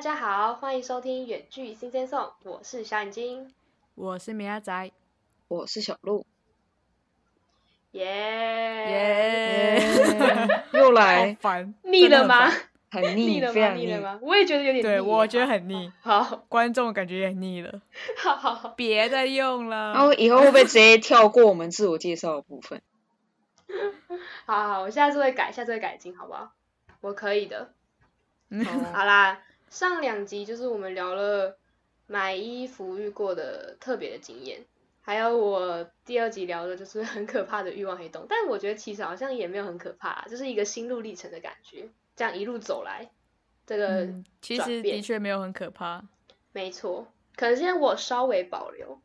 家好，欢迎收听《远距新鲜送》，我是小眼睛，我是米亚仔，我是小鹿，耶耶、 又好来，烦，腻了吗？很腻腻，了非吗？常 腻腻了。吗？我也觉得有点腻。对，我觉得很腻，好，好，观众感觉也腻了，好，好，好别再用了。哦然后以后会不会直接跳过我们自我介绍的部分？好，好我下次会改，下次会改进，好不好？我可以的。嗯哦好啦，上两集就是我们聊了买衣服遇过的特别的经验，还有我第二集聊的就是 很可怕的欲望黑洞，但我觉得其实好像也没有很可怕，啊就是一个心路历程的感觉，这样一路走来，这个、嗯其实转变的确没有很可怕，没错，可能现在我稍微保留，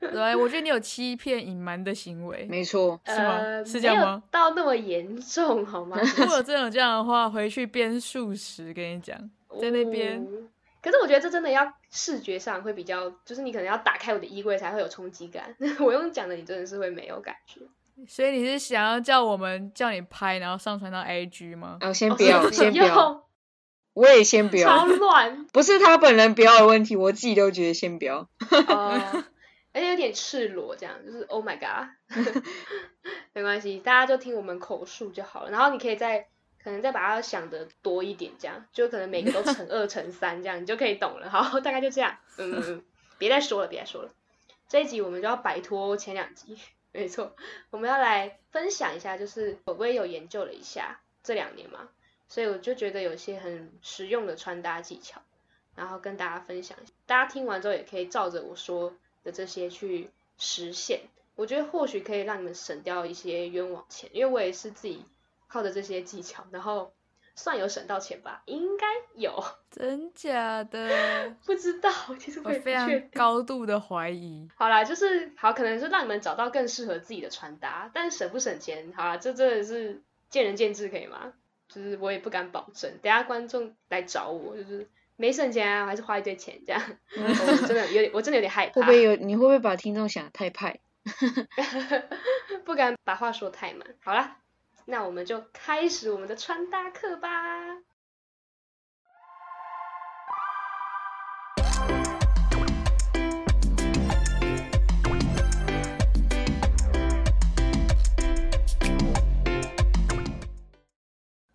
对，我觉得你有欺骗、隐瞒的行为。没错，是吗呃，是这样吗没有到那么严重好吗？如果真有这样的话，回去编数十，跟你讲， 在那边嗯可是我觉得这真的要视觉上会比较，就是你可能要打开我的衣柜才会有冲击感。 我用讲的，你真的是会没有感觉。所以你是想要叫我们叫你拍，然后上传到 IG 吗？然后啊先哦不要， 是先不要，用我也先不 超要，乱不是他本人不要的问题，我自己都觉得先不要。 哦，而且有点赤裸，这样就是 Oh my God，没关系，大家就听我们口述就好了。然后你可以再可能再把它想的多一点，这样就可能每个都 乘二乘三，这样你就可以懂了。好，大概就这样，嗯嗯，嗯别再说了，别再说了。这一集我们就要摆脱前两集，没错，我们要来分享一下，就是我也有研究了一下这两年嘛，所以我就觉得有一些很实用的穿搭技巧，然后跟大家分享一下。大家听完之后也可以照着我说的这些去实现，我觉得或许可以让你们省掉一些冤枉钱，因为我也是自己靠着这些技巧，然后算有省到钱吧，应该有，真假的，不知道，其实我我也不非确定常。高度的怀疑。好啦，就是好，可能是让你们找到更适合自己的穿搭，但省不省钱，好啦，这真的是见仁见智，可以吗？就是我也不敢保证，等下观众来找我，就是没省钱啊，还是花一堆钱这样， 我真的有点，我真的有点害怕，会不会有？你会不会把听众想得太派？不敢把话说太满。好啦，那我们就开始我们的穿搭课吧。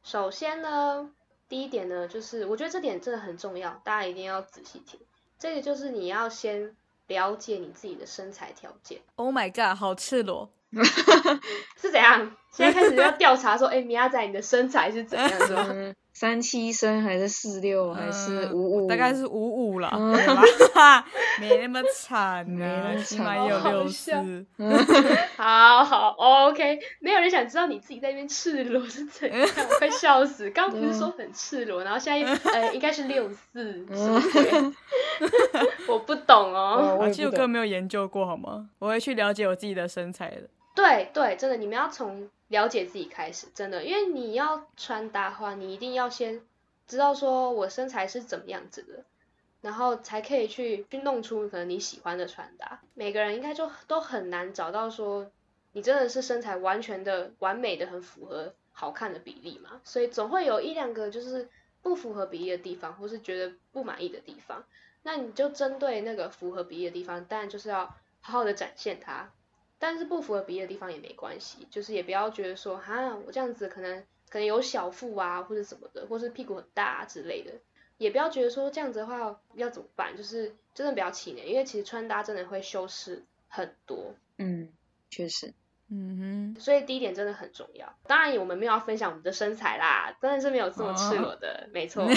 首先呢，第一点呢，就是我觉得这点真的很重要，大家一定要仔细听。这个就是你要先了解你自己的身材条件。 Oh my god，好赤裸，是怎样？现在开始要调查说，哎、米亚仔你的身材是怎样 是吗？嗯，三七生还是四六还是嗯五五？大概是五五啦，嗯对吧 没那么惨没那呐、么惨起码也有六四。好好，OK，没有人想知道你自己在那边赤裸是怎样，我快笑死。刚不是说很赤裸，然后现在呃应该是六四，是不是？我不懂哦。哦我我也啊其实我不根本懂。没有研究过，好吗？我会去了解我自己的身材的。对对，真的，你们要从了解自己开始，真的，因为你要穿搭的话，你一定要先知道说我身材是怎么样子的，然后才可以去去弄出可能你喜欢的穿搭。每个人应该就都很难找到说你真的是身材完全的完美的，很符合好看的比例嘛，所以总会有一两个就是不符合比例的地方，或是觉得不满意的地方。那你就针对那个符合比例的地方，当然就是要好好的展现它，但是不符合比例的地方也没关系，就是也不要觉得说哈，我这样子可能可能有小腹啊，或者什么的，或是屁股很大、啊、之类的，也不要觉得说这样子的话要怎么办，就是真的不要气馁，因为其实穿搭真的会修饰很多，嗯，确实，嗯所以第一点真的很重要。当然，我们没有要分享我们的身材啦，真的是没有这么赤裸的，没错。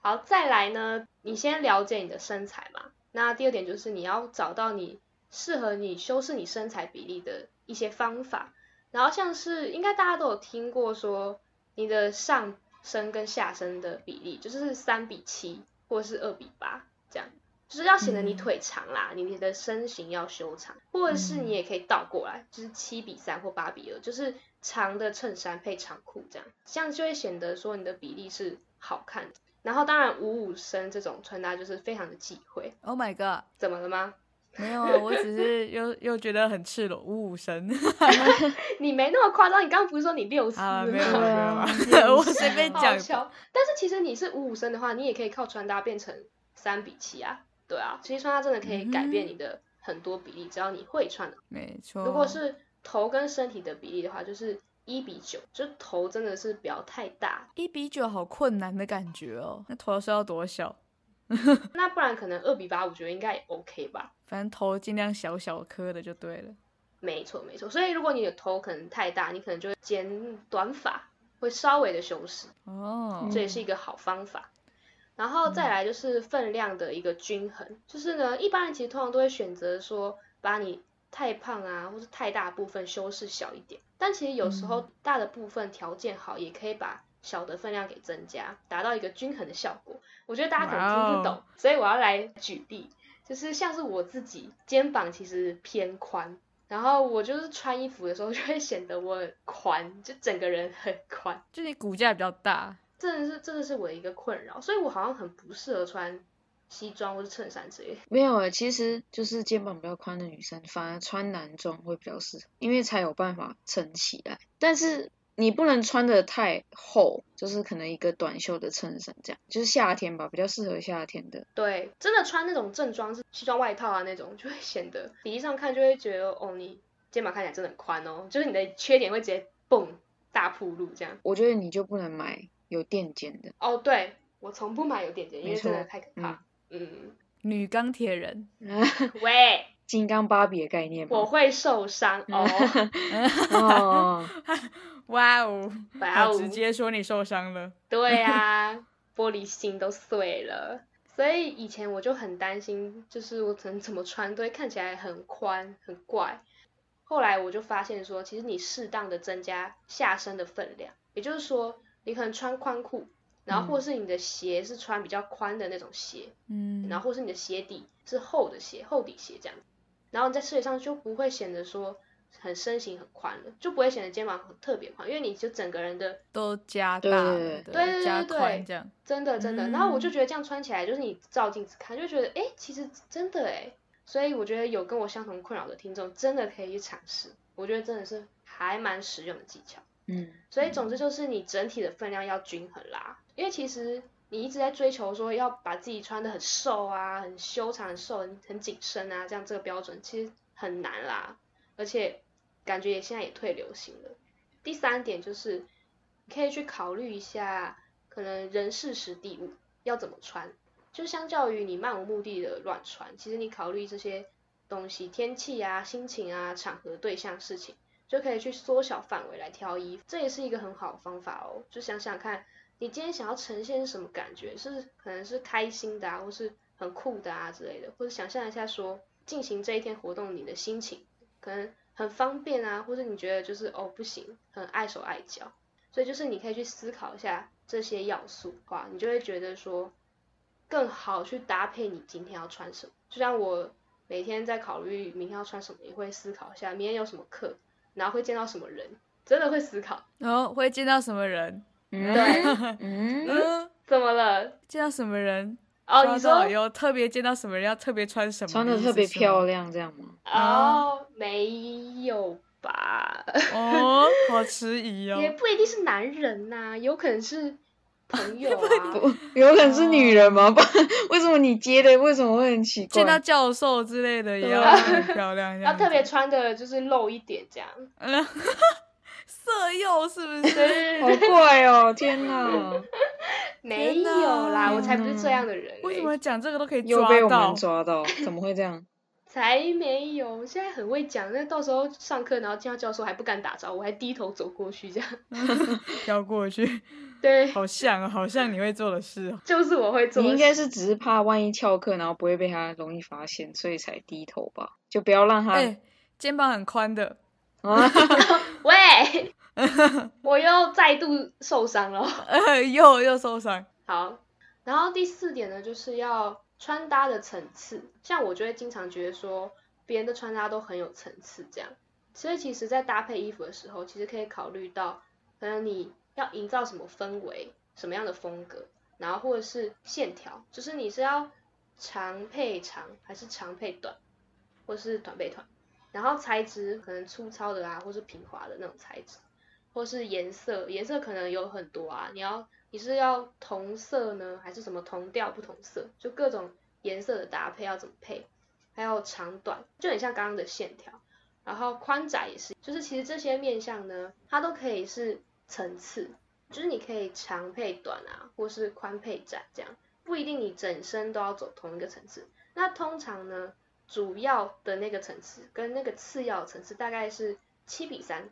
好，再来呢，你先了解你的身材嘛。那第二点就是你要找到你适合你修饰你身材比例的一些方法。然后像是应该大家都有听过说，你的上身跟下身的比例就是三比七或者是二比八这样，就是要显得你嗯腿长啦，你你的身形要修长，或者是嗯你也可以倒过来，就是七比三或八比二，就是长的衬衫配长裤这样，这样就会显得说你的比例是好看的。然后当然五五身这种穿搭就是非常的忌讳，哼，Oh my god，怎么了吗？ 没有啊，我只是又又觉得很赤裸，五五身。 你没那么夸张，你刚刚不是说你六四啊，吗？没有对啊啊没 有啊， 我真随便是好讲好。笑。但是其实你是五五身的话，你也可以靠穿搭变成三比七啊，对啊，其实穿搭真的可以改变嗯你的很多比例，只要你会穿的。没错。如果是头跟身体的比例的话，就是一比九，就头真的是不要太大，一比九，好困难的感觉哦。那头要瘦到多小？那不然可能二比八，我觉得应该也 OK 吧。反正头尽量小小颗的就对了。没错没错，所以如果你的头可能太大，你可能就会剪短发，会稍微的修饰。哦，这也是一个好方法。然后再来就是分量的一个均衡，就是呢，一般人其实通常都会选择说把你太胖啊，或是太大的部分修饰小一点，但其实有时候大的部分条件好，也可以把小的分量给增加，达到一个均衡的效果。我觉得大家可能听不哇懂，所以我要来举例，就是像是我自己肩膀其实偏宽，然后我就是穿衣服的时候就会 显得我很宽，就整个人很宽。就你骨架比较大，真的是这个是我的一个困扰，所以我好像很不适合穿西装或者衬衫之类的。没有啊，其实就是肩膀比较宽的女生，反而穿男装会比较适合，因为才有办法撑起来。但是你不能穿的太厚，就是可能一个短袖的衬衫这样，就是夏天吧，比较适合夏天的。对，真的穿那种正装是西装外套啊那种，就会显得比例上看就会觉得哦，你肩膀看起来真的很宽哦，就是你的缺点会直接蹦大铺路这样。我觉得你就不能买有垫肩的，哦，对我从不买有点点，因为没错真的太可怕。嗯，女钢铁人。 喂，金刚芭比的概念我嘛。会受伤哦。 哦， 哇哦，哇好哦直接说你受伤了。对啊，玻璃心都碎了。所以以前我就很担心，就是我可能怎么穿都会看起来很宽很怪。后来我就发现说，其实你适当的增加下身的分量，也就是说，你可能穿宽裤，然后或是你的鞋是穿比较宽的那种鞋，嗯，然后或是你的鞋底是厚的鞋，厚底鞋这样，然后你在视觉上就不会显得说很身形很宽了，就不会显得肩膀很特别宽，因为你就整个人的都加大对了，对对对对加对对宽这样。真的真的。然后我就嗯觉得这样穿起来，就是你照镜子看，就觉得哎、诶其实真的哎、所以我觉得有跟我相同困扰的听众，真的可以去尝试，我觉得真的是还蛮实用的技巧。 嗯，所以总之就是你整体的分量要均衡啦，因为其实你一直在追求说要把自己穿的很瘦啊、很修长、很瘦、很很紧身啊，这样这个标准其实很难啦，而且感觉也现在也退流行了。第三点就是你可以去考虑一下，可能人事时地物要怎么穿，就相较于你漫无目的的乱穿，其实你考虑这些东西，天气啊、心情啊、场合、对象、事情。就可以去缩小范围来挑衣服，这也是一个很好的方法哦。就想想看，你今天想要呈现什么感觉？是可能是开心的啊，或是很酷的啊之类的，或者想象一下说进行这一天活动你的心情，可能很方便啊，或者你觉得就是哦不行，很碍手碍脚，所以就是你可以去思考一下这些要素的话，你就会觉得说更好去搭配你今天要穿什么。就像我每天在考虑明天要穿什么，也会思考一下明天有什么课，然后会见到什么人，真的会思考。然后会见到什么人？嗯对， 嗯，嗯，怎么了？见到什么人？哦，你抓到说有特别见到什么人要特别穿什么？穿的特别漂。亮这样吗？ 啊哦，没有吧？哦，好迟 疑哦。也不一定是男人呐、有可能是 朋友啊。不，有可能是女人吗？ 不，为什么你接的为什么会很奇见到怪？教授之类的也对要啊很漂亮这样要子，特别穿的就是露一点这样，嗯， 色诱是 不对是？对对好对，怪哦！天 哪，没有啦，天哪我才不是这样的人欸嘞、为什么讲这个都可以又抓被我到们？抓到，怎么会这 样？才没有，现在很会讲，那到时候上课然后见到教授还不敢打招呼，我还低头走过去这样，飘过去，对，好像哦好像你会做的事哦。就是我会做你的事，应该是只是怕万一翘课，然后不会被他容易发现，所以才低头吧？就不要让他、哎，肩膀很宽的，啊， 喂，我又再度受伤了。呃， 又又受伤。好，然后第四点呢，就是要穿搭的层次。像我就会经常觉得说，别人的穿搭都很有层次，这样。所以其实，在搭配衣服的时候，其实可以考虑到，可能你要营造什么氛围，什么样的风格，然后或者是线条，就是你是要长配长还是长配短，或是短背团，然后材质可能粗糙的啊，或是平滑的那种材质，或是颜色，颜色可能有很多啊，你要你是要同色呢，还是什么同调不同色，就各种颜色的搭配要怎么配，还有长短，就很像刚刚的线条，然后宽窄也是，就是其实这些面相呢，它都可以是层次，就是你可以长配短啊，或是宽配窄这样，不一定你整身都要走同一个层次。那通常呢，主要的那个层次跟那个次要的层次大概是七比三，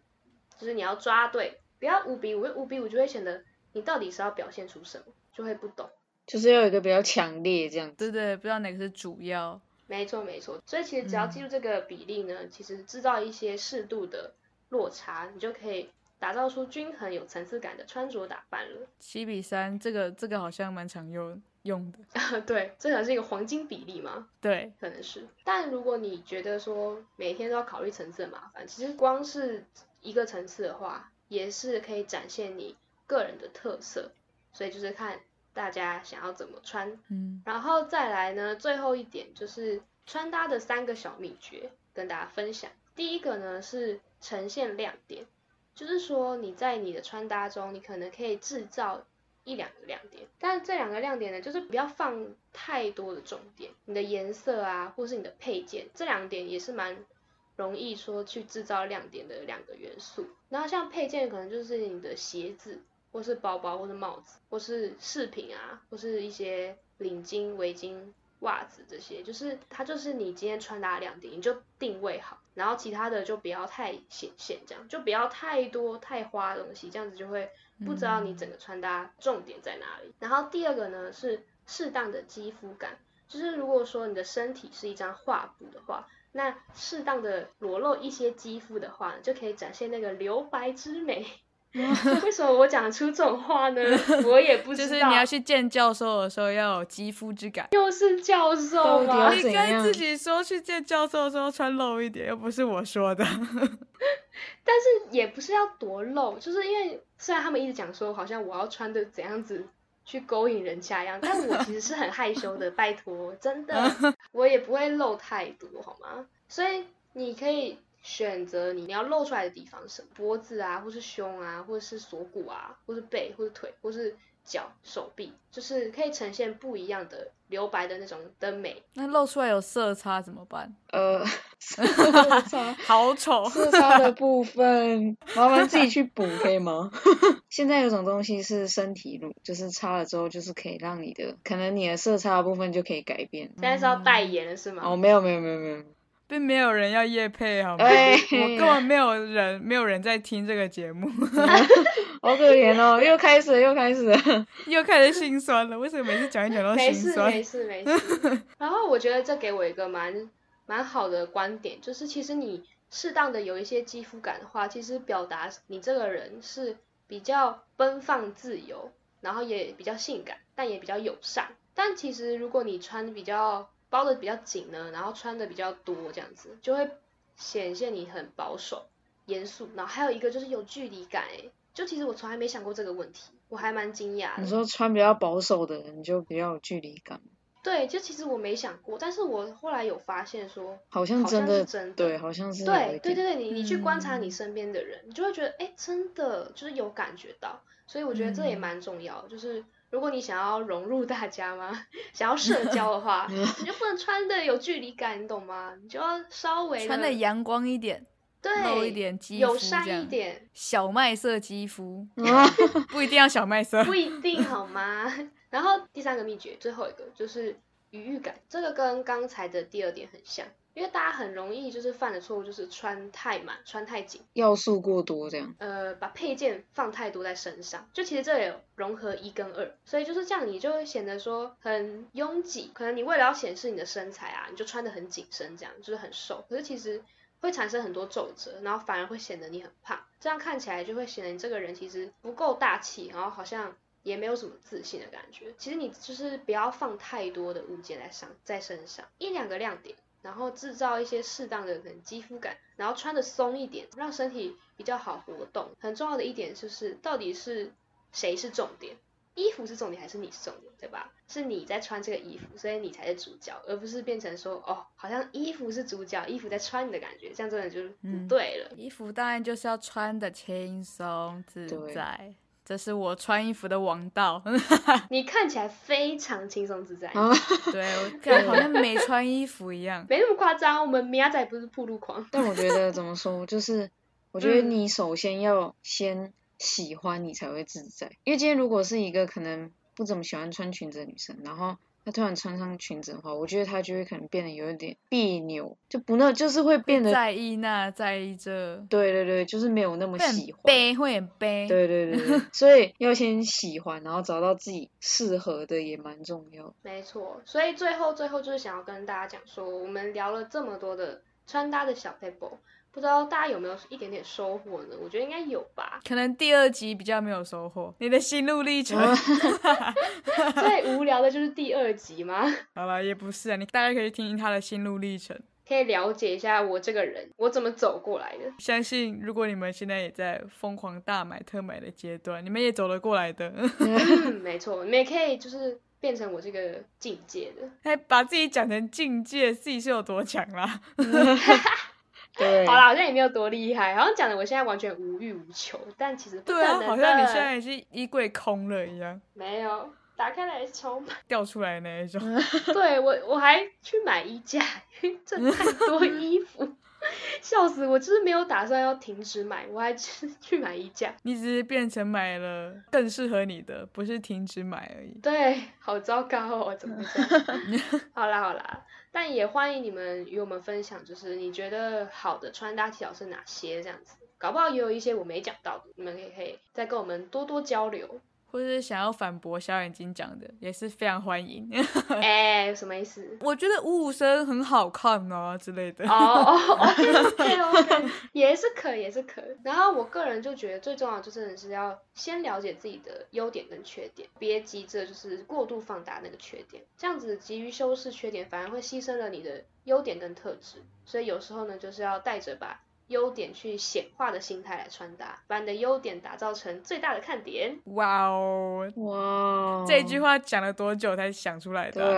就是你要抓对，不要五比五，因为五比五就会显得你到底是要表现出什么，就会不懂。就是要有一个比较强烈这样子。对对，不知道哪个是主要。没错没错，所以其实只要记住这个比例呢，其实制造一些适度的落差，你就可以打造出均衡有层次感的穿着打扮了。 七比三，这个这个好像蛮常用用的。对，这才是一个黄金比例嘛。对，可能是。但如果你觉得说每天都要考虑层次很麻烦，其实光是一个层次的话，也是可以展现你个人的特色。所以就是看大家想要怎么穿，嗯，然后再来呢，最后一点就是穿搭的三个小秘诀跟大家分享。第一个呢是呈现亮点，就是说你在你的穿搭中，你可能可以制造一两个亮点，但这两个亮点呢，就是不要放太多的重点，你的颜色啊，或是你的配件，这两点也是蛮容易说去制造亮点的两个元素。然后像配件可能就是你的鞋子，或是包包，或是帽子，或是饰品啊，或是一些领巾、围巾、袜子这些，就是它就是你今天穿搭的亮点，你就定位好，然后其他的就不要太显现，这样就不要太多太花的东西，这样子就会不知道你整个穿搭重点在哪里。然后第二个呢是适当的肌肤感，就是如果说你的身体是一张画布的话。那适当的裸露一些肌肤的话，就可以展现那个留白之美。 为什么我讲出这种话呢？我也不就知是道。你要去见教授的时候要有肌肤之感。又是教授啊到吗底？要你怎跟样自己说去见教授的时候穿露一点，又不是我说的。但是也不是要多露，就是因为虽然他们一直讲说好像我要穿的怎样子去勾引人家一样，但我其实是很害羞的，拜托，真的，我也不会露太多，好吗？所以你可以选择你要露出来的地方是什么，脖子啊，或是胸啊，或是锁骨啊，或是背，或是腿，或是脚、手臂，就是可以呈现不一样的留白的那种的美。 那露出来有色差怎么办？ 呃，色差。好丑 色差的部分，麻烦自己去补，可以吗？ 现在有种东西是身体乳，就是擦了之后，就是可以让你的，可能你的色差的部分就可以改变。现在是要代言了是吗？哦，没有没有没有没有，并没有人要夜配，好吗？哎我根本没有人，没有人在听这个节目， 好可怜哦，又开始了又开始了。 又开始心酸了。为什么每次讲一讲都没心事酸？没事没事。然后我觉得这给我一个蛮蛮好的观点，就是其实你适当的有一些肌肤感的话，其实表达你这个人是比较奔放自由，然后也比较性感，但也比较友善。但其实如果你穿比较包的比较紧呢，然后穿的比较多这样子，就会显现你很保守、严肃。然后还有一个就是有距离感，诶，就其实我从来没想过这个问题，我还蛮惊讶的。你说穿比较保守的人就比较有距离感，对，就其实我没想过，但是我后来有发现说，好像好真像是的真的对，好像是有对一对对点对，你你去观察你嗯身边的人，你就会觉得，哎，真的就是有感觉到，所以我觉得这也嗯蛮重要的，就是如果你想要融入大家嘛， 想要社交的话，你就不能穿的有距离感，你懂吗？你就要稍微穿的的阳光一点，露对一点肌友肤，善这一样点，小麦色肌肤，啊，不一定要小麦色。不一定好吗？ 然后第三个秘诀，最后一个就是愉悦感，这个跟刚才的第二点很像，因为大家很容易就是犯的错误就是穿太满、穿太紧，要素过多这样。呃，把配件放太多在身上，就其实这也有融合一跟二，所以就是这样，你就会显得说很拥挤。可能你为了要显示你的身材啊，你就穿的很紧身，这样就是很瘦，可是其实会产生很多皱褶，然后反而会显得你很胖，这样看起来就会显得你这个人其实不够大气，然后好像。也没有什么自信的感觉。其实你就是不要放太多的物件在上在身上，一两个亮点，然后制造一些适当的可能肌肤感，然后穿的松一点，让身体比较好活动。很重要的一点就是，到底是谁是重点？衣服是重点还是你送的，对吧？是你在穿这个衣服，所以你才是主角，而不是变成说哦，好像衣服是主角，衣服在穿你的感觉，这样真的就是不嗯对了。 衣服当然就是要穿的轻松自对在，这是我穿衣服的王道。 你看起来非常轻松自在，啊， 对我感觉好像没穿衣服一样。没那么夸张。我们米亚仔不是铺路狂，但我觉得怎么说， 就是我觉得嗯你首先要先喜欢你才会自在，因为今天如果是一个可能不怎么喜欢穿裙子的女生，然后她突然穿上裙子的话，我觉得她就会可能变得有一点别扭，就不那就是会 变得在意那，在意这，对对对，就是没有那么会很喜欢。悲，会很悲。，对对对 对，所以要先喜欢，然后找到自己适合的也蛮重要。没错。所以最后最后就是想要跟大家讲说，我们聊了这么多的穿搭的小 paper，不知道大家有没有一点点收获呢？我觉得应该有吧 可能第二集比较没有收获，你的心路历程。最无聊的就是第二集嘛。 好了，也不是啊，你大概可以听听他的心路历程。可以了解一下我这个人，我怎么走过来的。相信如果你们现在也在疯狂大买特买的阶段，你们也走得过来的。 嗯，没错，你们也可以就是变成我这个境界的。还哎把自己讲成境界，自己是有多强啦？ 对，好啦，好像也没有多厉害，好像讲的我现在完全无欲无求，但其实不可对啊能，的。好像你现在是衣柜空了一样，没有打开来充满。掉出来那一种。 对我我还去买衣架，因为这太多衣服，笑死我！就是没有打算要停止买，我还去 去买衣架。你只是变成买了更适合你的，不是停止买而已。对，好糟糕哦，怎么会这样？好啦好啦，但也欢迎你们与我们分享，就是你觉得好的穿搭技巧是哪些这样子，搞不好也有一些我没讲到的，你们也可以再跟我们多多交流。或是想要反驳小眼睛讲的，也是非常欢迎。哎、什么意思？我觉得五五身很好看啊之类 的。哦哦，OK OK OK，也是可嗯以也嗯是可以。然后我个人就觉得最重要的就真的是要先了解自己的优点跟缺点，别急着就是过度放大那个缺点，这样子急于修饰缺点，反而会牺牲了你的优点跟特质。所以有时候呢，就是要带着把优点去显化的心态来穿搭，把你的优点打造成最大的看点。哇哦，哇，这句话讲了多久才想出来的、对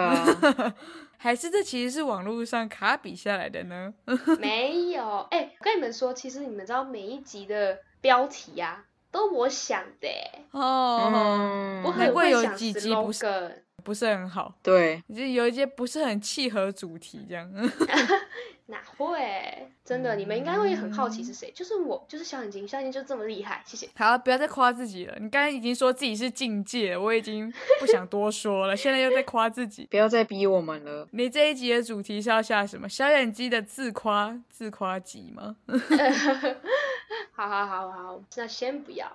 啊 还是这其实是网络上卡比下来的呢？没有，哎、我跟你们说，其实你们知道每一集的标题呀、都我想的、哎哦，嗯，我很难怪会有想几集不 slogan。不是很好，对，就是有一些不是很契合主题这样。哪会？真的，你们应该会很好奇是谁，就是我，就是小眼睛，小眼睛就这么厉害，谢谢。 好，不要再夸自己了。你刚刚已经说自己是境界，我已经不想多说了。现在又在夸 自己。不要再逼我们了。你这一集的主题是要下什么？小眼睛的自夸自夸集吗？好好好好，那先不要。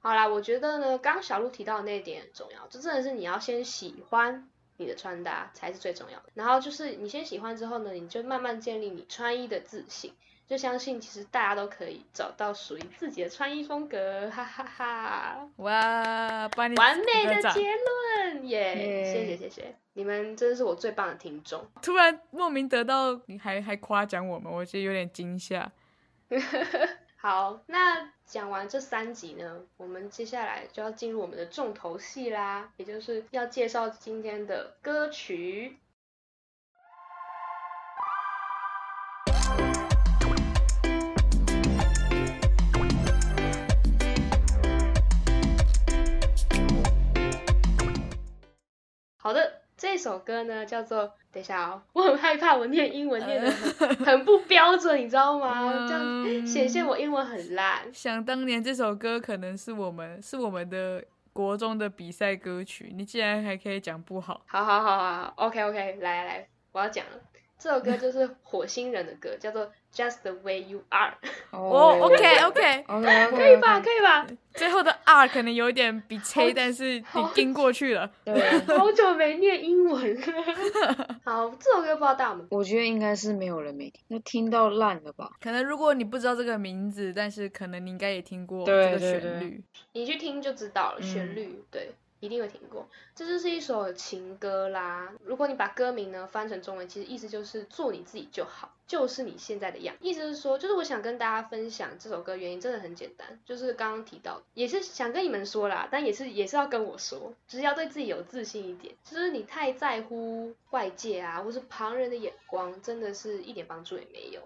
好啦，我觉得呢，刚刚小鹿提到的那一点很重要，就真的是你要先喜欢你的穿搭才是最重要的。然后就是你先喜欢之后呢，你就慢慢建立你穿衣的自信，就相信其实大家都可以找到属于自己的穿衣风格，哈哈哈。哇，把你完美鼓个的掌结论耶耶谢谢谢谢，你们真的是我最棒的听众。突然莫名得到，你还还夸奖我们，我觉得有点惊吓。 好，那讲完这三集呢，我们接下来就要进入我们的重头戏啦，也就是要介绍今天的歌曲。好的，这首歌呢叫做……等一下哦， 我很害怕我念英文念的很很不标准，你知道吗？啊这样嗯显现我英文很烂。想当年这首歌可能是我们是我们的国中的比赛歌曲，你竟然还可以讲不好。好好好好，OK OK，来来来，我要讲了。这首歌就是火星人的歌，叫做《Just the Way You Are》， 哦、o k OK， OK OK， 可以吧？可以吧？最后的 R 可能有一点比 C，但是你好跟过去了。对，好久没念英文 了。好，这首歌不知道大家有没有我觉得应该是没有人没听，那听到烂了吧？可能如果你不知道这个名字，但是可能你应该也听过对这个对旋律。对你去听就知道了，嗯旋律、对。一定会听过。这就是一首情歌啦。如果你把歌名呢翻成中文，其实意思就是做你自己就好，就是你现在的样。意思是说，就是我想跟大家分享这首歌原因真的很简单，就是刚刚提到，也是想跟你们说啦，但也是也是要跟我说，就是要对自己有自信一点。就是你太在乎外界啊，或是旁人的眼光，真的是一点帮助也没有。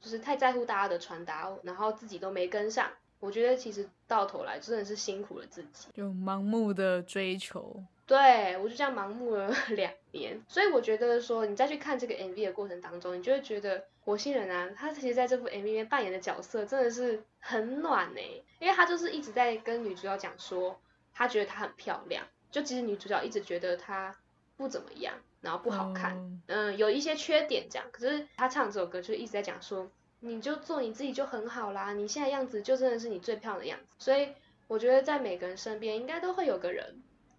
就是太在乎大家的穿搭，然后自己都没跟上。我觉得其实到头来真的是辛苦了自己。就盲目的追求，对我就这样盲目了 两年，所以我觉得说你再去看这个 MV 的过程当中，你就会觉得火星人啊，他其实在这部 MV 里面扮演的角色真的是很暖呢、因为他就是一直在跟女主角讲说，他觉得她很漂亮，就其实女主角一直觉得她不怎么样，然后不好看，嗯嗯，有一些缺点这样，可是他唱这首歌就一直在讲说，你就做你自己就很好啦，你现在样子就真的是你最漂亮的样子。所以我觉得在每个人身边应该都会有个人，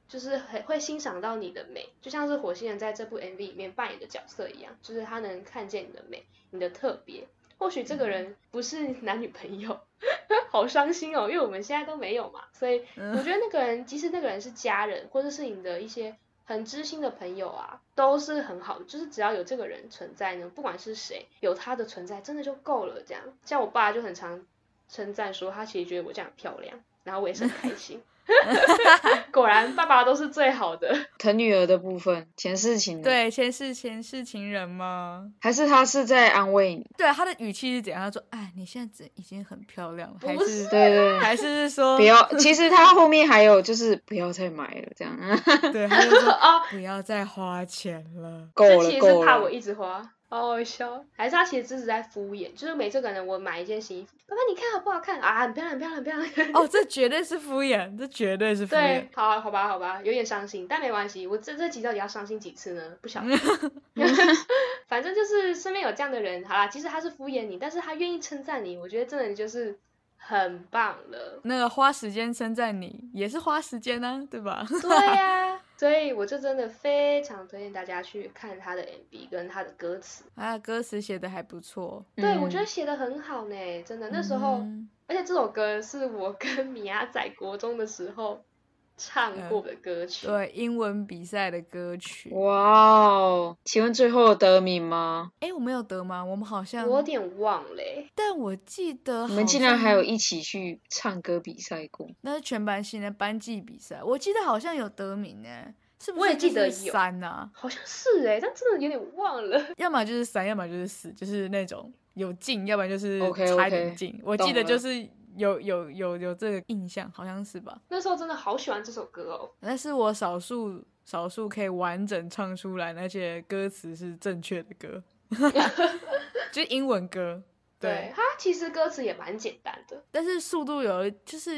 就是很会欣赏到你的美，就像是火星人在这部 MV 里面扮演的角色一样，就是他能看见你的美，你的特别。或许这个人不是男女朋友， 好伤心哦，因为我们现在都没有嘛，所以嗯我觉得那个人，即使那个人是家人，或者是你的一些很知心的朋友啊，都是很好的。就是只要有这个人存在呢，不管是谁，有他的存在真的就够了。这样，像我爸就很常称赞说，他其实觉得我这样很漂亮，然后我也是很开 心。 果然，爸爸都是最好的。疼女儿的部分，前世情人，，对，前世前世情人吗？还是他是在安慰你？对，啊他的语气是怎样？他说：“哎，你现在只已经很漂亮了，还不啊是对嗯对对，还是说不要。其实他后面还有就是不要再买了，这样 对，他就 说哦，不要再花钱了。够这了其实是够怕我了。一直花，好好笑。还是他其实只是在敷衍，就是每次可能我买一件新衣服，爸爸你看好不好看啊？很漂亮，很漂亮，很漂亮。哦，这绝对是敷衍，这绝对是敷对衍。，。好、啊，好吧，好吧，有点伤心，但没关系。我这这集到底要伤心几次呢？不晓得， 反正就是身边有这样的人，好啦，即使他是敷衍你，但是他愿意称赞你，我觉得真的就是很棒了那个花时间称赞你，也是花时间呢、对吧？ 对呀、所以我就真的非常推荐大家去看他的 MV 跟他的歌词。啊，歌词写的还不错。对，我嗯觉得写的很好呢，真的。那时候，嗯而且这首歌是我跟米亚在国中的时候唱过的歌曲。嗯对英文比赛的歌曲，哇哦，请问最后有得名吗？哎，我们有得吗？我们好像我，有点忘了欸。但我记得你们好竟然像还有一起去唱歌比赛过？那是全班性的班级比赛，我记得好像有得名呢，是不是？我也记得有三呐、好像是哎、但真的有点忘了。 要么就是三，要么就是四，就是那种有进，要不然就是 OK，OK，差一点进。我记得懂了就是有有有有这个印象，好像是吧？那时候真的好喜欢这首歌哦。那是我少数少数可以完整唱出来，而且歌词是正确的歌， 就是英文歌。对，它其实歌词也蛮简单的。但是速度有就是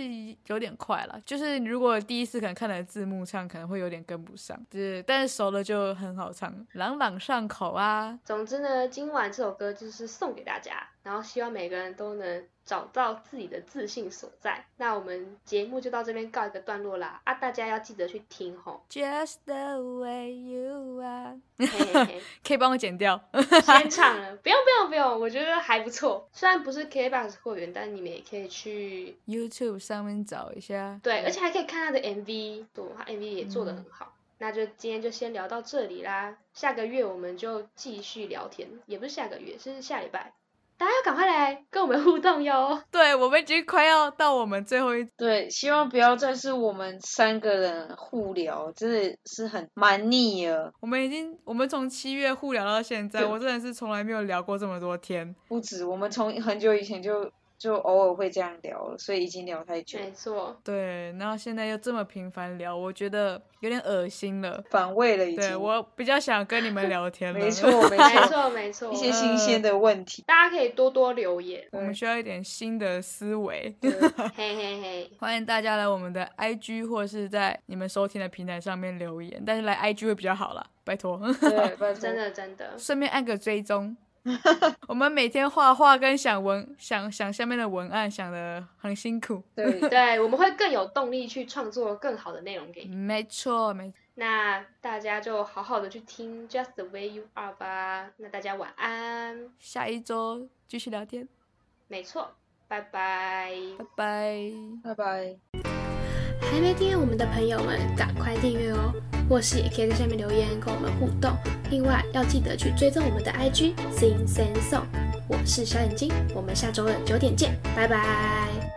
有点快了，就是如果第一次可能看了字幕唱，可能会有点跟不上，就是但是熟了就很好唱，朗朗上口啊。。总之呢，今晚这首歌就是送给大家，然后希望每个人都能找到自己的自信所在。那我们节目就到这边告一个段落啦啊！大家要记得去听吼 Just the way you are，嘿嘿嘿可以帮我剪掉。先唱了，不用不用不用，我觉得还不错。虽然不是 KBox 会员，但你们也可以去 YouTube 上面找一下。对，而且还可以看他的 MV，对，他 MV 也做的嗯很好。那就今天就先聊到这里啦，下个月我们就继续聊天，也不是下个月，是下礼拜。大家要赶快来跟我们互动 哟！对，我们已经快要到我们最后一对，希望不要再是我们三个人互聊，真的是很蛮腻了，我们已经，我们从七月互聊到现在，对我真的是从来没有聊过这么多天。不止我们从很久以前就就偶尔会这样聊了，所以已经聊太久了，没 错，对，然后现在又这么频繁聊，我觉得有点恶心了。反胃了已对经。我比较想跟你们聊天了。没错，，没 没错，错，没错一。些新鲜呃的问题。，大家可以多多留言 我们需要一点新的思维。 嘿嘿嘿，欢迎大家来我们的 IG 或是在你们收听的平台上面留言，但是来 IG 会比较好啦，拜托。 对，拜托真的真的，顺便按个追踪。我们每天画画跟想文想想下面的文案，想的很辛苦。对，对，我们会更有动力去创作更好的内容给你。没错，没那大家就好好的去听《Just the Way You Are》吧。那大家晚安，下一周继续聊天，没错，拜拜。拜拜。拜拜。 Hello，还没订阅我们的朋友们，赶快订阅哦！或是也可以在下面留言跟我们互动。另外要记得去追踪我们的 IG Sing Sing Song。我是小眼睛，我们下周二九点见，拜拜。